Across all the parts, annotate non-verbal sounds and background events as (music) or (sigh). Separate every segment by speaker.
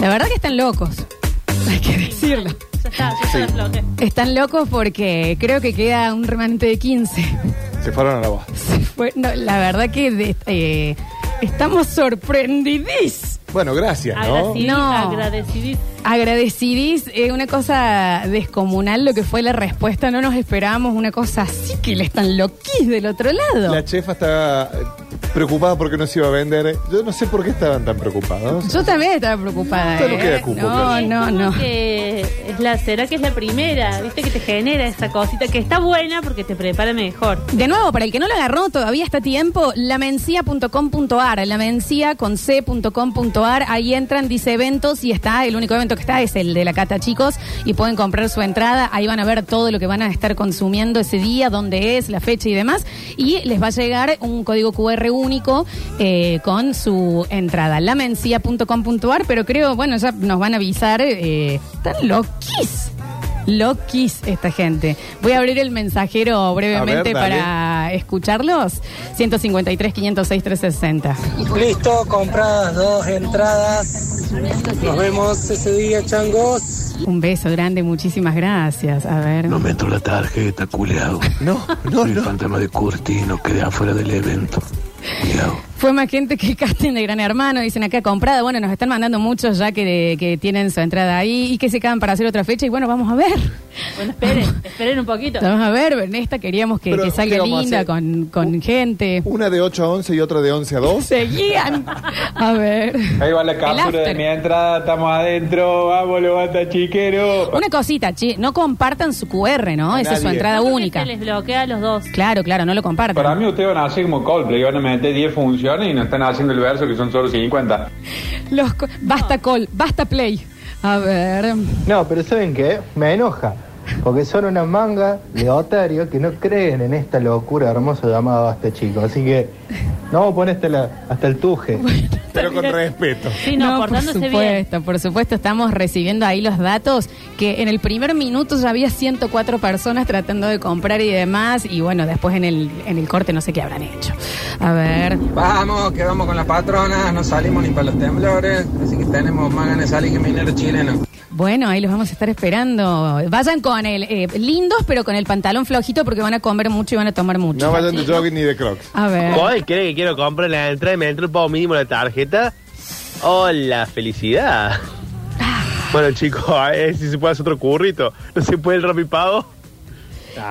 Speaker 1: La verdad que están locos. (laughs) Hay que decirlo.
Speaker 2: Ya está, ya se la aflojé.
Speaker 1: Están locos porque creo que queda un remanente de 15.
Speaker 3: Se fueron a la voz.
Speaker 1: (laughs) Se fue- no, la verdad que de- eh, estamos sorprendidís.
Speaker 3: Bueno, gracias, ¿no?
Speaker 2: Agradecidís,
Speaker 1: No.
Speaker 2: agradecidís.
Speaker 1: Agradecidís, eh, una cosa descomunal lo que fue la respuesta, no nos esperábamos una cosa así que le están loquís del otro lado.
Speaker 3: La chefa está eh, preocupada porque no se iba a vender. Yo no sé por qué estaban tan preocupados.
Speaker 1: Yo también estaba preocupada.
Speaker 3: Esto no
Speaker 1: eh.
Speaker 3: queda cupo,
Speaker 1: no,
Speaker 3: claro.
Speaker 1: no,
Speaker 2: Como
Speaker 1: no.
Speaker 2: que es la, será que es la primera, viste que te genera esa cosita que está buena porque te prepara mejor.
Speaker 1: De nuevo, para el que no lo agarró todavía está a tiempo, lamencia.com.ar, lamencia con c.com.ar, ahí entran, dice eventos y está, el único evento que está es el de la Cata Chicos y pueden comprar su entrada, ahí van a ver todo lo que van a estar consumiendo ese día, dónde es, la fecha y demás, y les va a llegar un código QR único eh, con su entrada, lamencia.com.ar, pero creo, bueno, ya nos van a avisar, eh, están loquís. Loquís esta gente. Voy a abrir el mensajero brevemente brevemente
Speaker 3: A ver, dale.
Speaker 1: para escucharlos. 153, 506, 360.
Speaker 4: Listo, compradas dos entradas. Nos vemos ese día, changos.
Speaker 1: Un beso grande, muchísimas gracias. A ver.
Speaker 5: No me entró la tarjeta, culeado.
Speaker 3: No, no,
Speaker 5: El
Speaker 3: no.
Speaker 5: fantasma de Curtino quedé afuera del evento. Culeado.
Speaker 1: Fue más gente que el casting de Gran Hermano, dicen acá comprada. Bueno, nos están mandando muchos ya que, que tienen su entrada ahí y que se quedan para hacer otra fecha. Y bueno, vamos a ver. (laughs)
Speaker 2: Bueno, esperen, esperen un poquito.
Speaker 1: Vamos a ver, en esta queríamos que,
Speaker 3: Pero,
Speaker 1: que
Speaker 3: ¿qué
Speaker 1: salga
Speaker 3: vamos a
Speaker 1: linda
Speaker 3: hacer?
Speaker 1: con, con gente.
Speaker 3: Una de 8 a 11 y otra de 11
Speaker 1: (laughs)
Speaker 3: a 2. (laughs)
Speaker 1: Seguían. A ver.
Speaker 6: Ahí va la
Speaker 1: El
Speaker 6: captura de
Speaker 1: after.
Speaker 6: mi entrada, estamos adentro, vamos los bata chiquero.
Speaker 1: Una cosita, che, no compartan su QR, ¿no?
Speaker 3: A
Speaker 1: Esa es su
Speaker 3: nadie.
Speaker 1: entrada
Speaker 2: Creo que
Speaker 1: única.
Speaker 2: Se les bloquea a los dos.
Speaker 1: Claro, claro, no lo compartan.
Speaker 6: Para mí ustedes van a hacer como Coldplay, van a meter 10 funciones y no están haciendo el verso que son solo 50.
Speaker 1: Los co- basta call, basta play. A ver.
Speaker 7: No, pero ¿saben qué? Me enoja. Porque son unas mangas de otario que no creen en esta locura hermosa llamada Basta Chico. Así que no vamos a poner hasta, la- hasta el tuje.
Speaker 3: Pero con respeto.
Speaker 2: Sí, no, portándose
Speaker 1: por
Speaker 2: bien.
Speaker 1: supuesto, por supuesto, estamos recibiendo ahí los datos que en el primer minuto ya había 104 personas tratando de comprar y demás, y bueno, después en el, en el corte no sé qué habrán hecho. A ver,
Speaker 8: Vamos, que vamos con las patronas, no salimos ni para los temblores, así que tenemos más ganas de salir que minero chileno.
Speaker 1: bueno, ahí los vamos a estar esperando. Vayan con el eh, lindos, pero con el pantalón flojito porque van a comer mucho y van a tomar mucho.
Speaker 3: No Ah, vayan de jogging ni de crocs.
Speaker 1: A ver.
Speaker 9: ¿Vos crees que quiero comprar la entrada y me entró el pago mínimo la tarjeta? ¡Hola, felicidad! Bueno, chicos, a ver si se puede hacer otro currito. ¿No se puede el Rappi Pago?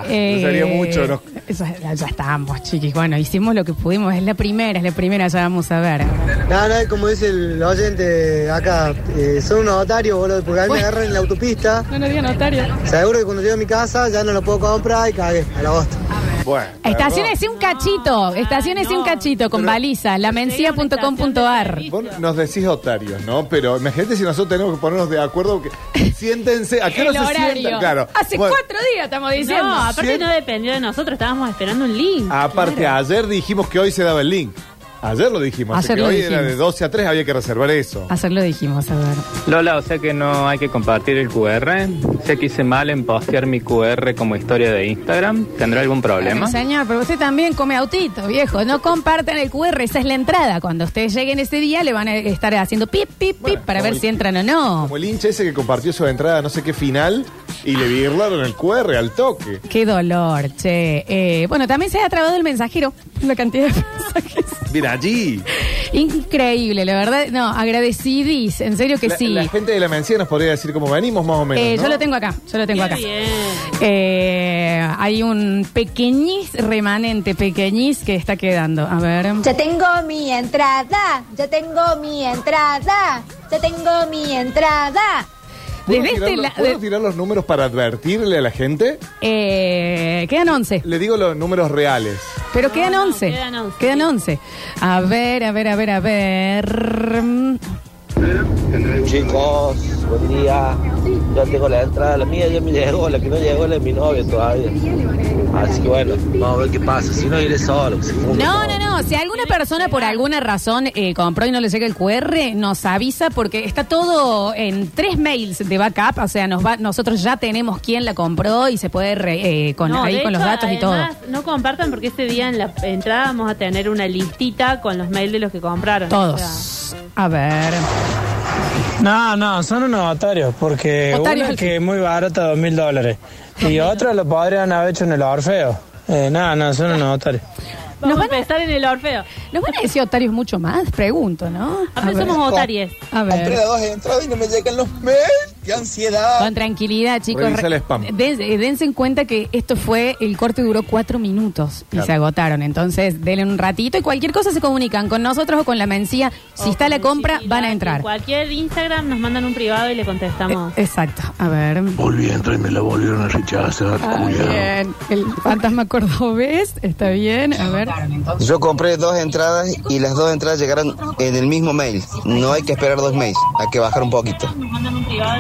Speaker 1: Eh,
Speaker 3: no sería mucho, ¿no?
Speaker 1: eso- ya, ya estamos, chiquis. Bueno, hicimos lo que pudimos. Es la primera, es la primera, ya vamos a ver.
Speaker 7: Nada, nada, como dice el oyente acá, eh, son unos otarios, boludo, porque a mí me agarran en la autopista.
Speaker 1: No nos digan notario.
Speaker 7: Seguro que cuando llego a mi casa ya no lo puedo comprar y cagué a la bosta.
Speaker 3: Bueno.
Speaker 1: Estaciones y un cachito, estaciones y un
Speaker 2: no.
Speaker 1: cachito con baliza, lamencia.com.ar.
Speaker 3: Vos nos decís otarios, ¿no? Pero imagínate si nosotros tenemos que ponernos de acuerdo. Que, siéntense. ¿A qué hora
Speaker 1: El
Speaker 3: se sientan?
Speaker 1: horario.
Speaker 3: Claro.
Speaker 1: Hace
Speaker 3: Bueno,
Speaker 1: cuatro días estamos diciendo.
Speaker 2: No, aparte
Speaker 3: Cien-
Speaker 2: no dependió de nosotros, estábamos esperando un link.
Speaker 3: Aparte, ayer dijimos que hoy se daba el link. Ayer lo dijimos. así
Speaker 1: Ayer
Speaker 3: que
Speaker 1: lo
Speaker 3: hoy era
Speaker 1: dijimos.
Speaker 3: de 12 a 3, había que reservar eso.
Speaker 1: Hacer lo dijimos, a ver.
Speaker 10: Lola, o sea que no hay que compartir el QR. Sé que hice mal en postear mi QR como historia de Instagram. ¿Tendrá algún problema?
Speaker 1: Bueno, señor, pero usted también come autito, viejo. No compartan el QR, esa es la entrada. Cuando ustedes lleguen ese día le van a estar haciendo pip, pip, pip
Speaker 3: Bueno,
Speaker 1: para
Speaker 3: como
Speaker 1: ver
Speaker 3: el-
Speaker 1: si entran o no.
Speaker 3: Como el hincha ese que compartió su entrada, no sé qué final, y le birlaron el QR al toque.
Speaker 1: Qué dolor, che. Eh, bueno, también se ha trabado el mensajero, la cantidad de mensajes.
Speaker 3: Mira allí.
Speaker 1: Increíble, la verdad. No, agradecidís, en serio que
Speaker 3: la,
Speaker 1: sí.
Speaker 3: la gente de la mencía nos podría decir cómo venimos más o menos.
Speaker 1: Eh,
Speaker 3: ¿no?
Speaker 1: Yo lo tengo acá, yo lo tengo
Speaker 2: Qué
Speaker 1: acá.
Speaker 2: bien.
Speaker 1: Eh, hay un pequeñiz remanente, pequeñiz que está quedando. A ver.
Speaker 11: Ya tengo mi entrada, ya tengo mi entrada, ya tengo mi entrada.
Speaker 3: ¿Puedo,
Speaker 1: Desde
Speaker 3: tirar,
Speaker 1: este
Speaker 3: los-
Speaker 1: la-
Speaker 3: puedo
Speaker 1: de-
Speaker 3: tirar los números para advertirle a la gente?
Speaker 1: eh, quedan 11,
Speaker 3: Le digo los números reales.
Speaker 1: pero
Speaker 2: No,
Speaker 1: quedan
Speaker 2: no,
Speaker 1: 11.
Speaker 2: quedan 11.
Speaker 1: quedan 11. A ver, a ver, a ver, a ver. Mm,
Speaker 9: Chicos, buen día. Yo tengo la entrada, la mía ya me llegó, la que no llegó la de mi novia todavía. Así que bueno, vamos a ver qué pasa. Si no, iré solo. que se funda
Speaker 1: No,
Speaker 9: todo.
Speaker 1: no, no. Si alguna persona por alguna razón eh, compró y no le llega el QR, nos avisa porque está todo en tres mails de backup. O sea, nos va, nosotros ya tenemos quién la compró y se puede re- eh, con,
Speaker 2: No,
Speaker 1: ahí
Speaker 2: de
Speaker 1: con los
Speaker 2: hecho,
Speaker 1: datos y todo.
Speaker 2: además, No compartan porque este día en la entrada vamos a tener una listita con los mails de los que compraron. O sea,
Speaker 1: Todos. A ver.
Speaker 4: No, no, son unos otarios, porque
Speaker 1: Otarios,
Speaker 4: uno
Speaker 1: el-
Speaker 4: que es muy barato, dos mil dólares. Y otro lo podrían haber hecho en el Orfeo. Eh, no, no, son unos otarios.
Speaker 2: Vamos a empezar en el Orfeo.
Speaker 1: Nos van a decir otarios mucho más, pregunto, ¿no?
Speaker 2: A ver, somos otaries.
Speaker 1: A ver.
Speaker 12: entradas y no me llegan los mails. ¡Qué ansiedad!
Speaker 1: Con tranquilidad, chicos.
Speaker 12: Revisa el spam.
Speaker 1: Den- eh, dense en cuenta que esto fue, el corte duró cuatro minutos y
Speaker 12: Claro.
Speaker 1: se agotaron. Entonces, denle un ratito y cualquier cosa se comunican con nosotros o con la mencía. Si
Speaker 2: Oh,
Speaker 1: está la compra, van a entrar. Eh,
Speaker 2: Cualquier Instagram nos mandan un privado y le contestamos.
Speaker 1: Exacto. A ver.
Speaker 5: Volví a entrar y me la volvieron a rechazar,
Speaker 1: Ah.
Speaker 5: culiao.
Speaker 1: Bien. El fantasma cordobés, está bien. A ver.
Speaker 13: Yo compré dos entradas y las dos entradas llegaron en el mismo mail. No hay que esperar dos mails, hay que bajar un poquito.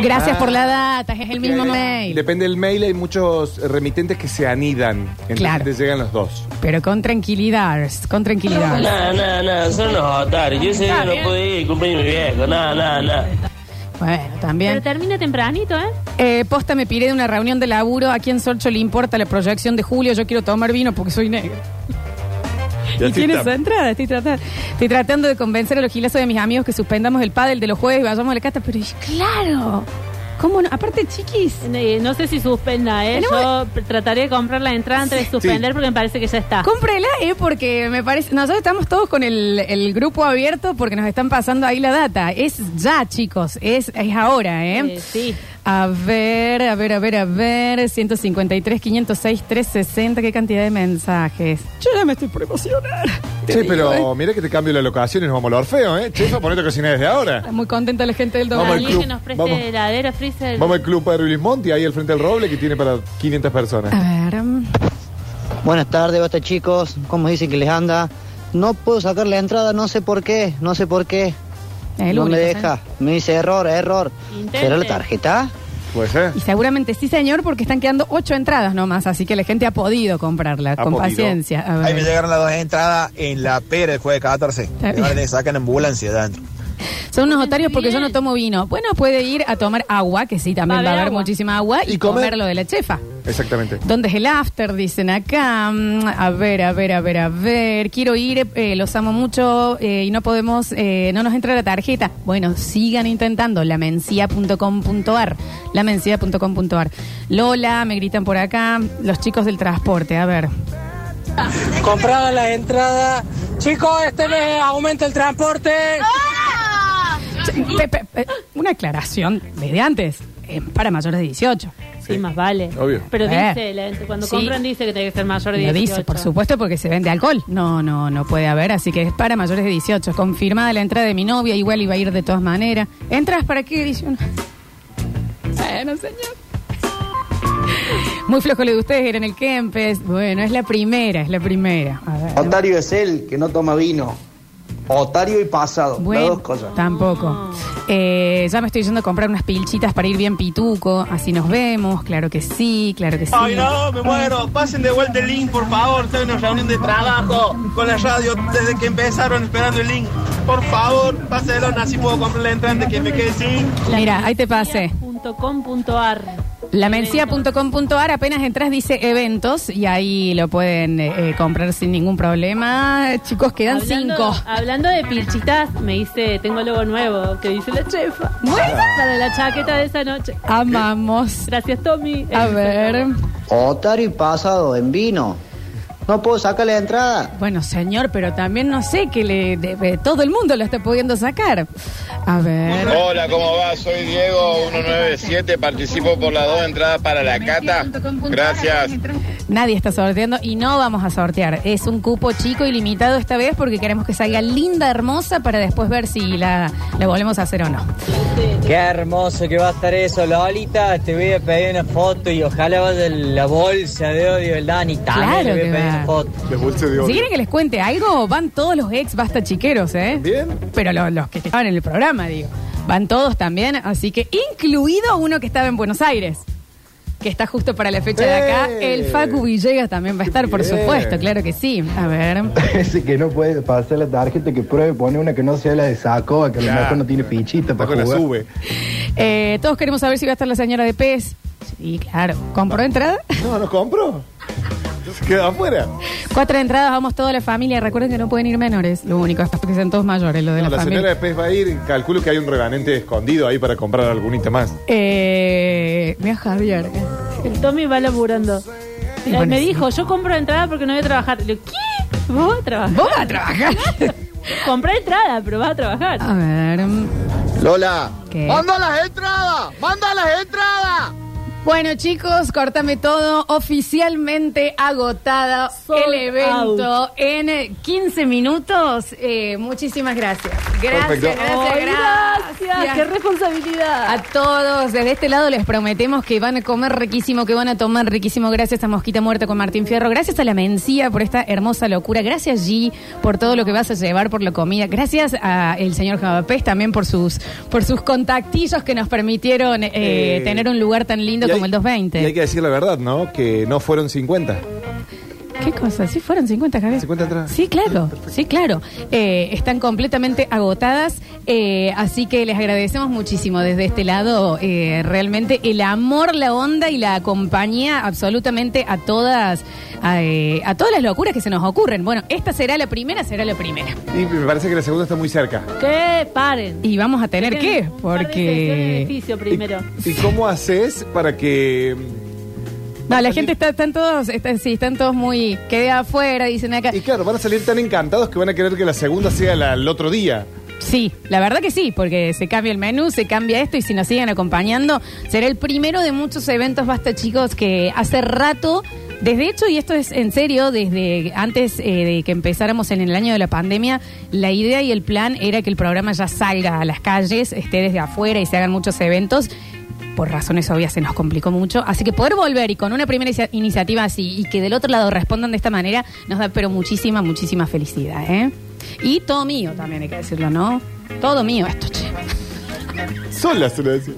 Speaker 1: Gracias por la data, es el
Speaker 12: Ah,
Speaker 1: mismo mail.
Speaker 3: Depende del mail, hay muchos remitentes que se anidan. Entonces
Speaker 1: Claro.
Speaker 3: te llegan los dos.
Speaker 1: Pero con tranquilidad, con tranquilidad.
Speaker 14: No, no, no, son unos otarios. Yo ese día no pude ir y cumplir mi viejo. No, no, no.
Speaker 1: Bueno, también.
Speaker 2: Pero termina tempranito, ¿eh?
Speaker 1: Eh, posta, me piré de una reunión de laburo. Aquí en Sorcho le importa la proyección de julio. Yo quiero tomar vino porque soy negro. Y, tiene esa entrada. Estoy tratando, estoy tratando de convencer a los gilazos de mis amigos que suspendamos el pádel de los jueves y vayamos a la cata. Pero y- claro. ¿Cómo no? Aparte, chiquis.
Speaker 2: eh, no sé si suspenda, ¿eh? Yo pr- trataré de comprar la entrada antes de suspender porque me parece que ya está.
Speaker 1: Cómprela, eh, porque me parece. Nosotros estamos todos con el, el grupo abierto porque nos están pasando ahí la data. Es ya, chicos. Es, es ahora, ¿eh?
Speaker 2: Sí.
Speaker 1: A ver, a ver, a ver, a ver. 153, 506, 360. Qué cantidad de mensajes. Yo ya me estoy por emocionar. Te
Speaker 3: Che,
Speaker 1: digo, ¿eh?
Speaker 3: pero mira que te cambio la locación y nos vamos al Orfeo, ¿eh? Che, eso ponete a cocinar desde ahora.
Speaker 1: (laughs) Está muy contenta la gente del
Speaker 3: Vamos al
Speaker 1: domingo.
Speaker 3: club.
Speaker 2: Que nos preste
Speaker 3: Vamos.
Speaker 2: heladera, freezer.
Speaker 3: Vamos al Club Padre Luis Monti, ahí al frente del Roble, que tiene para 500
Speaker 1: Ah.
Speaker 3: personas.
Speaker 1: mm,
Speaker 15: Buenas tardes, basta chicos. ¿Cómo dicen que les anda? No puedo sacar la entrada, no sé por qué, no sé por qué.
Speaker 1: El
Speaker 15: no
Speaker 1: único, ¿eh?
Speaker 15: me deja. Me dice error, error.
Speaker 1: Intente.
Speaker 15: ¿Será la tarjeta?
Speaker 3: Puede ser.
Speaker 1: Y seguramente sí, señor, porque están quedando ocho entradas nomás. Así que la gente ha podido comprarla, con paciencia. A ver.
Speaker 12: Ahí me llegaron las dos entradas en la pera el jueves 14.
Speaker 1: Está bien.
Speaker 12: Ahora le sacan ambulancia de adentro.
Speaker 1: Son unos otarios porque yo no tomo vino. Bueno, puede ir a tomar agua, que sí, también va a haber
Speaker 3: agua.
Speaker 1: muchísima agua, y,
Speaker 3: Y comer.
Speaker 1: comer lo de la chefa.
Speaker 3: Exactamente.
Speaker 1: ¿Dónde es el after? Dicen acá. Mm, A ver, a ver, a ver, a ver. Quiero ir, eh, los amo mucho eh, y no podemos, eh, no nos entra la tarjeta. Bueno, sigan intentando. Lamencia.com.ar. Lamencia.com.ar. Lola, me gritan por acá. Los chicos del transporte, a ver.
Speaker 4: Compraban las entradas. Chicos, este mes aumenta el transporte.
Speaker 1: Pe- pe- pe- una aclaración desde antes. eh, para mayores de 18.
Speaker 2: Sí, más vale.
Speaker 1: Obvio.
Speaker 2: Pero
Speaker 1: Eh.
Speaker 2: dice, la- cuando
Speaker 1: Sí.
Speaker 2: compran dice que tiene que ser mayor de
Speaker 1: Lo
Speaker 2: 18.
Speaker 1: dice, por supuesto, porque se vende alcohol. No, no, no puede haber, así que es para mayores de 18. Confirmada la entrada de mi novia, igual iba a ir de todas maneras. ¿Entras para qué? Dice uno. Bueno, señor. Muy flojo lo de ustedes, era en el Kempes. Bueno, es la primera, es la primera. A ver.
Speaker 16: Otario es él que no toma vino. Otario y pasado.
Speaker 1: Bueno,
Speaker 16: las dos cosas.
Speaker 1: Tampoco. Eh, ya me estoy yendo a comprar unas pilchitas para ir bien pituco. Así nos vemos, claro que sí, claro que sí.
Speaker 17: Ay, no, me muero. Pasen de vuelta el link, por favor. Estoy en una reunión de trabajo con la radio desde que empezaron esperando el link. Por favor, pásenlo, así puedo comprar la entrada antes que me quede sin.
Speaker 1: Mira, ahí te pasé.
Speaker 2: .com.ar
Speaker 1: Lamencia.com.ar apenas entras dice eventos y ahí lo pueden eh, eh, comprar sin ningún problema. Chicos, quedan
Speaker 2: Hablando,
Speaker 1: cinco.
Speaker 2: hablando de pilchitas, me dice, tengo logo nuevo, que dice la chefa. Para la chaqueta de esa noche. (laughs)
Speaker 1: Amamos.
Speaker 2: Gracias, Tommy.
Speaker 1: A ver.
Speaker 15: Otario y pasado en vino. No puedo sacar la entrada.
Speaker 1: Bueno, señor, pero también no sé que le, de- de- todo el mundo lo está pudiendo sacar. A ver.
Speaker 18: Hola, ¿cómo va? Soy Diego 197, participo por las dos entradas para la cata. Gracias.
Speaker 1: Nadie está sorteando y no vamos a sortear. Es un cupo chico y limitado esta vez porque queremos que salga linda, hermosa para después ver si la, la volvemos a hacer o no.
Speaker 19: Qué hermoso que va a estar eso, Lolita. Te voy a pedir una foto y ojalá vaya la bolsa de odio del Dani. También
Speaker 1: Claro
Speaker 19: le voy
Speaker 1: que
Speaker 19: a pedir
Speaker 1: va.
Speaker 19: una foto.
Speaker 3: La bolsa de
Speaker 1: Si quieren que les cuente algo, van todos los ex basta chiqueros, ¿eh?
Speaker 3: Bien.
Speaker 1: Pero lo- los que estaban en el programa, digo. Van todos también, así que incluido uno que estaba en Buenos Aires, que está justo para la fecha de acá.
Speaker 7: ¡Eh!
Speaker 1: El Facu Villegas también va a estar, por
Speaker 7: Bien.
Speaker 1: supuesto, claro que sí. A ver.
Speaker 7: Ese que no puede pasar la tarjeta, que pruebe, pone una que no sea la de Sacoa, que a lo mejor no tiene fichita para
Speaker 3: Sacoa la
Speaker 7: jugar.
Speaker 3: sube.
Speaker 1: Eh, todos queremos saber si va a estar la señora de Pez. Sí, claro. ¿Compró entrada? (laughs)
Speaker 3: No, no compro. Se quedó afuera.
Speaker 1: Cuatro entradas, vamos toda la familia. Recuerden que no pueden ir menores. Lo único es que sean todos mayores, lo de
Speaker 3: No,
Speaker 1: la,
Speaker 3: la
Speaker 1: familia.
Speaker 3: señora después va a ir, calculo que hay un remanente escondido ahí para comprar algunita más.
Speaker 1: Eh, mira Javier.
Speaker 2: El Tommy va laburando.
Speaker 1: Y
Speaker 2: Eh,
Speaker 1: bueno,
Speaker 2: me
Speaker 1: sí.
Speaker 2: dijo, yo compro entrada porque no voy a trabajar. Le digo, ¿qué? ¿Vos vas a trabajar?
Speaker 1: ¿Vos vas a trabajar? (laughs)
Speaker 2: Compré entrada, pero vas a trabajar.
Speaker 1: A ver.
Speaker 12: Lola.
Speaker 1: ¿Qué?
Speaker 12: ¡Manda las entradas! ¡Manda las entradas!
Speaker 1: Bueno, chicos, cortame todo. Oficialmente agotada el evento
Speaker 2: out.
Speaker 1: en 15 minutos. Eh, muchísimas gracias. Gracias,
Speaker 2: Perfecto.
Speaker 1: gracias,
Speaker 2: Ay,
Speaker 1: gracias.
Speaker 2: gracias, qué responsabilidad.
Speaker 1: A todos, desde este lado les prometemos que van a comer riquísimo, que van a tomar riquísimo. Gracias a Mosquita Muerta con Martín Fierro. Gracias a la Mencía por esta hermosa locura. Gracias, G, por todo lo que vas a llevar, por la comida. Gracias a el señor Javapés también por sus, por sus contactillos que nos permitieron eh,
Speaker 3: Eh,
Speaker 1: tener un lugar tan lindo
Speaker 3: y
Speaker 1: como
Speaker 3: hay-
Speaker 1: el 220.
Speaker 3: Y hay que decir la verdad, ¿no? Que no fueron 50.
Speaker 1: ¿Qué cosa? Sí, fueron 50, Javier.
Speaker 3: 50 atrás.
Speaker 1: Sí, claro, sí, claro. Eh, están completamente agotadas, eh, así que les agradecemos muchísimo desde este lado. eh, realmente el amor, la onda y la compañía absolutamente a todas, a, eh, a todas las locuras que se nos ocurren. Bueno, esta será la primera, será la primera.
Speaker 3: Y me parece que la segunda está muy cerca.
Speaker 2: Que paren.
Speaker 1: Y vamos a tener que, porque...
Speaker 2: Beneficio primero.
Speaker 3: ¿Y cómo haces para que
Speaker 1: No, la gente está, están todos, está- sí, están todos muy... Quedé afuera, dicen acá.
Speaker 3: Y claro, van a salir tan encantados que van a querer que la segunda sea la- el otro día.
Speaker 1: Sí, la verdad que sí, porque se cambia el menú, se cambia esto y si nos siguen acompañando, será el primero de muchos eventos, basta chicos, que hace rato, desde hecho, y esto es en serio, desde antes eh, de que empezáramos en el año de la pandemia, la idea y el plan era que el programa ya salga a las calles, esté desde afuera y se hagan muchos eventos. Por razones obvias se nos complicó mucho, así que poder volver y con una primera inicia- iniciativa así y que del otro lado respondan de esta manera nos da pero muchísima, muchísima felicidad, ¿eh? Y todo mío también hay que decirlo, ¿no? Todo mío esto, che.
Speaker 3: Sola se lo decía.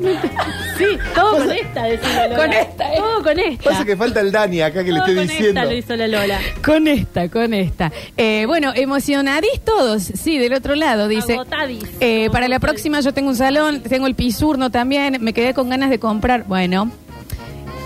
Speaker 2: Sí, todo con esta, decía la Lola.
Speaker 1: Con esta, eh.
Speaker 2: Todo con esta.
Speaker 3: Pasa que falta el Dani acá que le
Speaker 2: todo
Speaker 3: esté
Speaker 2: con
Speaker 3: diciendo.
Speaker 2: esta lo hizo la Lola.
Speaker 1: Con esta, con esta. Eh, bueno, emocionadís todos, sí, del otro lado, dice.
Speaker 2: Agotadís.
Speaker 1: Eh, para la próxima yo tengo un salón, tengo el pisurno también, me quedé con ganas de comprar. Bueno,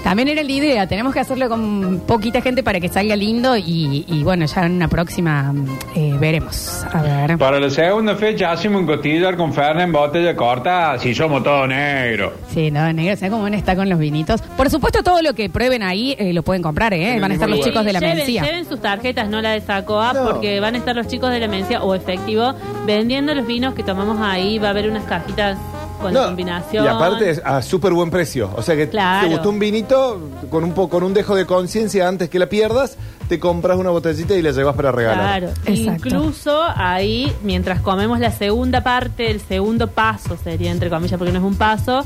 Speaker 1: también era la idea, tenemos que hacerlo con poquita gente para que salga lindo y, y bueno, ya en una próxima mm, eh, veremos. A ver.
Speaker 6: Para la segunda fecha hacemos un cotillar con Fernet en botella corta si somos todo negro.
Speaker 1: Sí, no, negro, ¿sabes cómo van a estar con los vinitos? Por supuesto, todo lo que prueben ahí eh, lo pueden comprar, ¿eh? Van a estar los chicos de la
Speaker 2: Lleven-
Speaker 1: Mencía.
Speaker 2: Lleven sus tarjetas, no la de Sacoa,
Speaker 1: No.
Speaker 2: porque van a estar los chicos de la Mencía o efectivo vendiendo los vinos que tomamos ahí. Va a haber unas cajitas con la combinación.
Speaker 3: Y aparte es a súper buen precio. O sea que
Speaker 2: Claro.
Speaker 3: te gustó un vinito con un po- con un dejo de conciencia antes que la pierdas, te compras una botellita y la llevas para regalar.
Speaker 2: Claro, incluso ahí, mientras comemos la segunda parte, el segundo paso sería, entre comillas, porque no es un paso,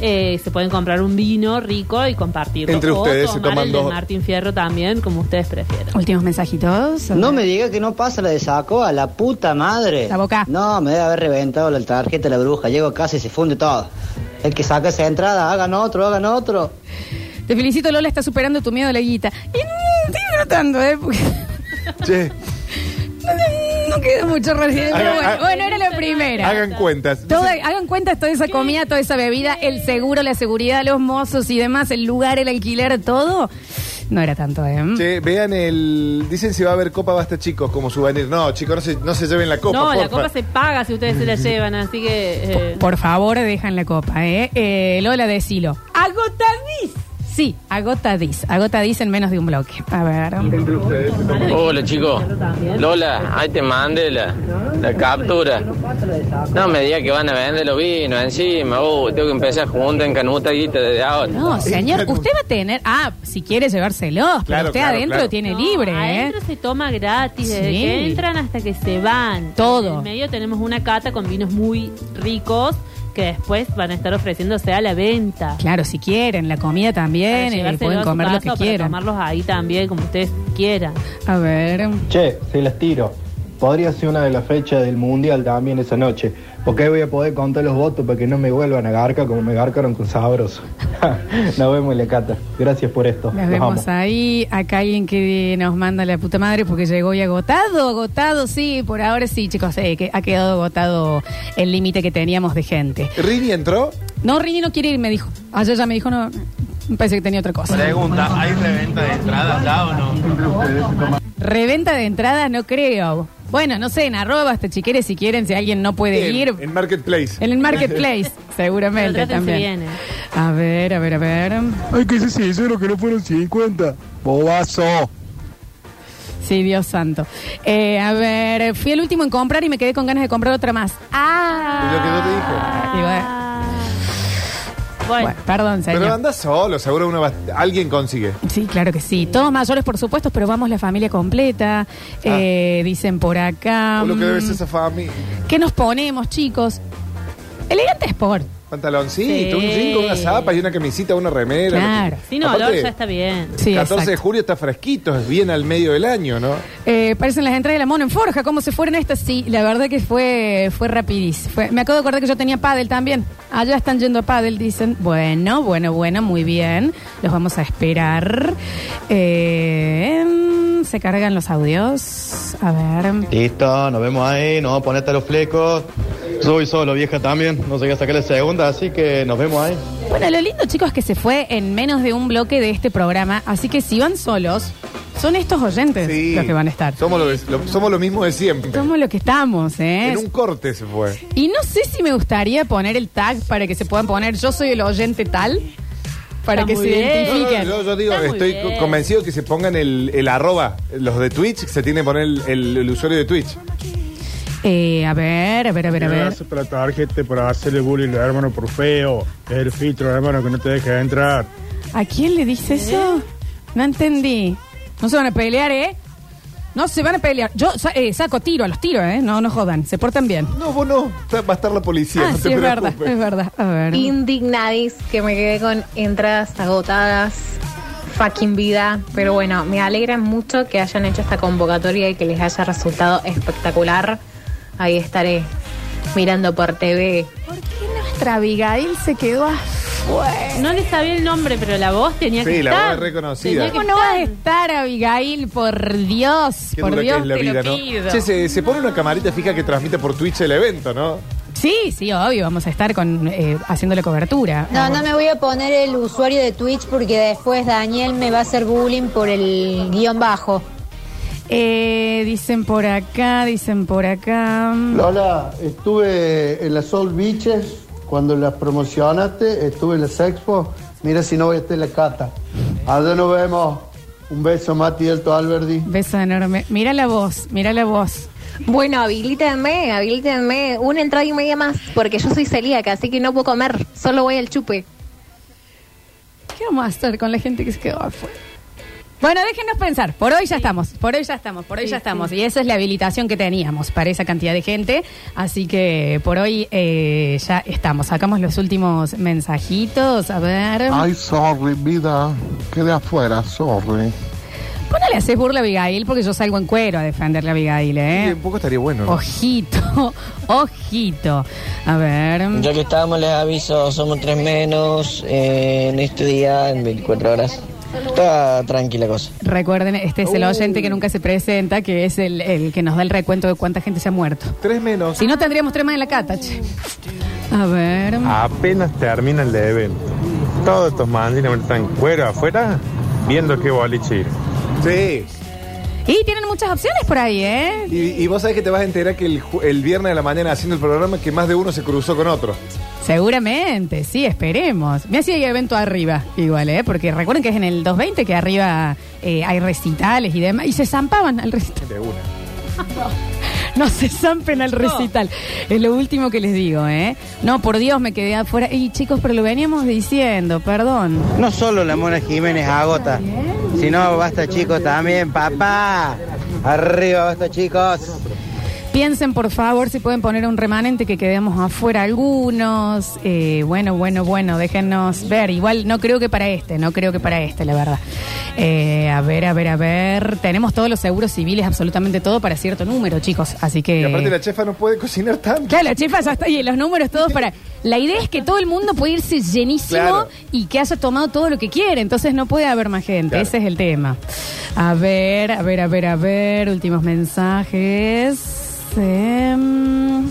Speaker 2: eh, se pueden comprar un vino rico y compartirlo.
Speaker 3: Entre
Speaker 2: O
Speaker 3: ustedes se
Speaker 2: tomar
Speaker 3: toman
Speaker 2: el de
Speaker 3: dos.
Speaker 2: Martín Fierro también, como ustedes prefieran.
Speaker 1: Últimos mensajitos.
Speaker 15: No me diga que no pasa la de saco a la puta madre. La boca. No, me debe haber reventado la tarjeta de la bruja. Llego a casa y se funde todo. El que saca esa entrada, hagan otro, hagan otro.
Speaker 1: Te felicito, Lola, está superando tu miedo a la guita. Y mm, estoy tratando, ¿eh? Porque
Speaker 3: (laughs)
Speaker 1: (laughs)
Speaker 3: Che,
Speaker 1: no queda mucho recién. pero
Speaker 3: Hagan-
Speaker 1: bueno,
Speaker 3: hagan-
Speaker 1: bueno, era la primera.
Speaker 3: hagan cuentas.
Speaker 1: Todo- hagan cuenta toda esa comida, toda esa bebida, el seguro, la seguridad, los mozos y demás, el lugar, el alquiler, todo. No era tanto, ¿eh?
Speaker 3: Che, vean el. Dicen si va a haber copa basta, chicos, como souvenir. No, chicos, no se, no se lleven la copa.
Speaker 2: no, la
Speaker 3: porfa.
Speaker 2: copa se paga si ustedes se
Speaker 3: (laughs)
Speaker 2: la llevan, así que... eh,
Speaker 1: Por favor, dejan la copa, ¿eh? eh Lola, decilo.
Speaker 2: ¡Agotadís!
Speaker 1: Sí, agotadís. Agotadís en menos de un bloque. A ver.
Speaker 14: Hola chicos, Lola, ahí te mandé la, la captura. No me digas que van a vender los vinos encima, oh, tengo que empezar junto en canuta guita desde ahora.
Speaker 1: No, señor, usted va a tener. Ah, si quiere llevárselos, pero
Speaker 14: Claro,
Speaker 1: usted
Speaker 14: claro,
Speaker 1: adentro
Speaker 14: claro.
Speaker 1: tiene
Speaker 2: No,
Speaker 1: libre, ¿eh?
Speaker 2: Adentro se toma gratis, desde
Speaker 1: Sí.
Speaker 2: que entran hasta que se van.
Speaker 1: Todo.
Speaker 2: En el medio tenemos una cata con vinos muy ricos que después van a estar ofreciéndose a la venta.
Speaker 1: Claro, si quieren, la comida también, eh,
Speaker 2: Llevárselo a
Speaker 1: pueden
Speaker 2: su
Speaker 1: comer lo
Speaker 2: casa
Speaker 1: que
Speaker 2: o para
Speaker 1: quieran.
Speaker 2: tomarlos ahí también, como ustedes quieran.
Speaker 1: A ver.
Speaker 7: Che, se las tiro. Podría ser una de las fechas del mundial también esa noche. Porque ahí voy a poder contar los votos para que no me vuelvan a garca como me garcaron con sabroso. (laughs) Nos vemos en la cata. Gracias por esto.
Speaker 1: Las
Speaker 7: Los amo.
Speaker 1: vemos ahí. Acá alguien que nos manda la puta madre porque llegó y agotado, agotado, sí, por ahora sí, chicos, eh, que ha quedado agotado el límite que teníamos de gente.
Speaker 3: ¿Rini entró?
Speaker 1: No, Rini no quiere ir, me dijo. Ayer Ah, ya me dijo, no. Me parece que tenía otra cosa.
Speaker 17: Pregunta, ¿hay reventa de entradas ya o no?
Speaker 1: Reventa de entradas, no creo. Bueno, no sé, en arroba hasta chiqueres si quieren, si alguien no puede
Speaker 3: En-
Speaker 1: ir.
Speaker 3: En Marketplace.
Speaker 1: En el
Speaker 2: (laughs)
Speaker 1: marketplace, seguramente
Speaker 2: Pero traten si
Speaker 1: también.
Speaker 2: viene.
Speaker 1: A ver, a ver, a ver.
Speaker 20: Ay, ¿qué es eso? Lo que no fueron 50. Bobazo.
Speaker 1: Sí, Dios santo. Eh, a ver, fui el último en comprar y me quedé con ganas de comprar otra más.
Speaker 2: Ah.
Speaker 3: Es lo que yo te dije.
Speaker 1: Ah, y bueno. Bueno, perdón, señor.
Speaker 3: Pero anda solo, seguro uno va- alguien consigue.
Speaker 1: Sí, claro que sí. Todos mayores, por supuesto, pero vamos la familia completa. Eh, dicen por acá.
Speaker 3: Ah. O lo que debe ser
Speaker 1: mm,
Speaker 3: esa familia.
Speaker 1: ¿Qué nos ponemos, chicos? Elegante Sport.
Speaker 3: Pantaloncito, un cinco, una zapa y una camisita, una remera.
Speaker 1: Claro.
Speaker 3: lo que-
Speaker 2: Sin olor
Speaker 3: Aparte,
Speaker 2: ya está bien.
Speaker 1: Sí,
Speaker 3: 14 de
Speaker 1: exacto.
Speaker 3: julio está fresquito, es bien al medio del año, ¿no?
Speaker 1: Eh, parecen las entradas de la mono en forja. ¿Cómo se fueron estas? Sí, la verdad que fue fue rapidísimo. Fue- me acabo de acordar que yo tenía pádel también. Allá están yendo a pádel, dicen. Bueno, bueno, bueno, muy bien. Los vamos a esperar. Eh, em, se cargan los audios. A ver.
Speaker 21: Listo, nos vemos ahí, nos vamos a poner hasta los flecos. Yo voy solo, vieja también, no sé qué sacar la segunda, así que nos vemos ahí.
Speaker 1: Bueno, lo lindo, chicos, es que se fue en menos de un bloque de este programa. Así que si van solos, son estos oyentes los que van a estar.
Speaker 3: Somos lo, de- lo- somos lo mismo de siempre.
Speaker 1: Somos lo que estamos, ¿eh?
Speaker 3: En un corte se fue.
Speaker 1: Y no sé si me gustaría poner el tag para que se puedan poner yo soy el oyente tal, para que
Speaker 2: Está
Speaker 1: se
Speaker 2: muy bien.
Speaker 1: identifiquen.
Speaker 3: No, no, yo, yo digo,
Speaker 1: Está muy
Speaker 3: estoy
Speaker 1: bien.
Speaker 3: convencido que se pongan el, el arroba, los de Twitch, se tiene que poner el, el- el usuario de Twitch.
Speaker 1: Eh, a ver, a ver, a ver, a ver.
Speaker 20: Gracias para la tarjeta, para hacerle bullying al hermano por feo. El filtro, hermano, que no te deja entrar.
Speaker 1: ¿A quién le dice eso? No entendí. No se van a pelear, ¿eh? No se van a pelear. Yo sa- eh, saco tiro a los tiros, ¿eh? No, no jodan. Se portan bien.
Speaker 3: No, vos no. Está- Va a estar la policía.
Speaker 1: Ah,
Speaker 3: no te
Speaker 1: sí, es verdad,
Speaker 3: preocupes.
Speaker 1: es verdad. A ver.
Speaker 22: Indignadis que me quedé con entradas agotadas. Fucking vida. Pero bueno, me alegra mucho que hayan hecho esta convocatoria y que les haya resultado espectacular. Ahí estaré mirando por TV.
Speaker 1: Nuestra Abigail se quedó afuera.
Speaker 2: No le sabía el nombre, pero la voz tenía que
Speaker 3: Sí, la
Speaker 2: estar.
Speaker 3: voz es reconocida.
Speaker 1: ¿Cómo no vas a estar, Abigail? Por Dios, (laughs)
Speaker 3: Qué
Speaker 1: por
Speaker 3: dura
Speaker 1: Dios
Speaker 3: que es la
Speaker 1: te lo
Speaker 3: vida, ¿no?
Speaker 1: pido.
Speaker 3: Che, se, se pone una camarita fija que transmite por Twitch el evento, ¿no?
Speaker 1: Sí, sí, obvio, vamos a estar con eh, haciendo la cobertura.
Speaker 11: No, no me voy a poner el usuario de Twitch porque después Daniel me va a hacer bullying por el guión bajo.
Speaker 1: Eh, dicen por acá, dicen por acá.
Speaker 23: Lola, estuve en las Soul Beaches cuando las promocionaste, estuve en las Expo. Mira si no voy a estar en la cata. Allá nos vemos. Un beso, Mati Delto Alberdi.
Speaker 1: Beso enorme. Mira la voz, mira la voz.
Speaker 22: Bueno, habilítenme, habilítenme. Una entrada y media más, porque yo soy celíaca, así que no puedo comer. Solo voy al chupe.
Speaker 1: ¿Qué vamos a hacer con la gente que se quedó afuera? Bueno, déjenos pensar. Por hoy ya estamos, por hoy ya estamos, por hoy
Speaker 2: Sí,
Speaker 1: ya estamos.
Speaker 2: sí.
Speaker 1: Y esa es la habilitación que teníamos para esa cantidad de gente. Así que por hoy eh, ya estamos. Sacamos los últimos mensajitos. A ver.
Speaker 24: Ay, sorry, vida. Quedé afuera, sorry.
Speaker 1: ¿Por no le haces burla a Abigail? Porque yo salgo en cuero a defenderle a Abigail, ¿eh?
Speaker 24: poco estaría bueno.
Speaker 1: Ojito, (laughs) ojito. A ver.
Speaker 25: Ya que estábamos, les aviso, somos tres menos eh, en este día, en 24 horas. Está tranquila cosa.
Speaker 1: Recuerden, este es el
Speaker 25: Uh.
Speaker 1: oyente que nunca se presenta, que es el, el que nos da el recuento de cuánta gente se ha muerto.
Speaker 3: Tres menos.
Speaker 1: Si no, tendríamos tres más en la cata, che. A ver.
Speaker 26: Apenas termina el evento. Todos estos mandinos están en cuero afuera viendo qué boliche ir.
Speaker 3: Sí.
Speaker 1: Y tienen muchas opciones por ahí, ¿eh?
Speaker 3: Y, y vos sabés que te vas a enterar que el, ju- el viernes de la mañana haciendo el programa que más de uno se cruzó con otro.
Speaker 1: Seguramente, sí, esperemos. Mira si hay evento arriba, igual, ¿eh? Porque recuerden que es en el 220 que arriba eh, hay recitales y demás. Y se zampaban al recital.
Speaker 3: De una.
Speaker 1: No se zampen al recital. Es lo último que les digo, ¿eh? No, por Dios, me quedé afuera. Y chicos, pero lo veníamos diciendo, perdón.
Speaker 27: No solo la Mona Jiménez agota, sino basta chicos también, papá. Arriba basta chicos.
Speaker 1: Piensen, por favor, si pueden poner un remanente que quedemos afuera algunos. Eh, bueno, bueno, bueno, déjenos ver. Igual no creo que para este, no creo que para este, la verdad. Eh, a ver, a ver, a ver. Tenemos todos los seguros civiles, absolutamente todo para cierto número, chicos. Así que.
Speaker 3: Y aparte la chefa no puede cocinar tanto.
Speaker 1: Claro, la chefa ya está y los números todos para. La idea es que todo el mundo puede irse llenísimo
Speaker 3: Claro.
Speaker 1: y que haya tomado todo lo que quiere. Entonces no puede haber más gente. Ese es el tema. A ver, a ver, a ver, a ver. Últimos mensajes. Em,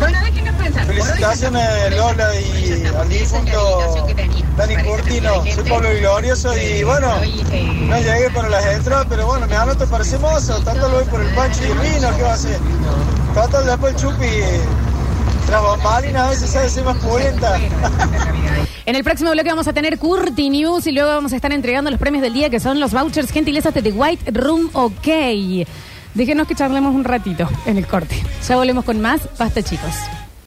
Speaker 22: Bueno, déjenos pensar.
Speaker 4: felicitaciones Lola y al difunto Dani Curtino. Soy Pablo Glorioso y bueno, no llegué para las entradas, pero bueno, me anoto para ese mozo. Tanto lo voy por el pancho y el vino, ¿qué va a hacer? Tanto después el chupi. eh, Las bambalinas a veces sabe ser más pulenta.
Speaker 1: En el próximo bloque vamos a tener Curti News y luego vamos a estar entregando los premios del día que son los vouchers gentilezas de The White Room OK. Déjenos que charlemos un ratito en el corte. Ya volvemos con más. Basta, chicos.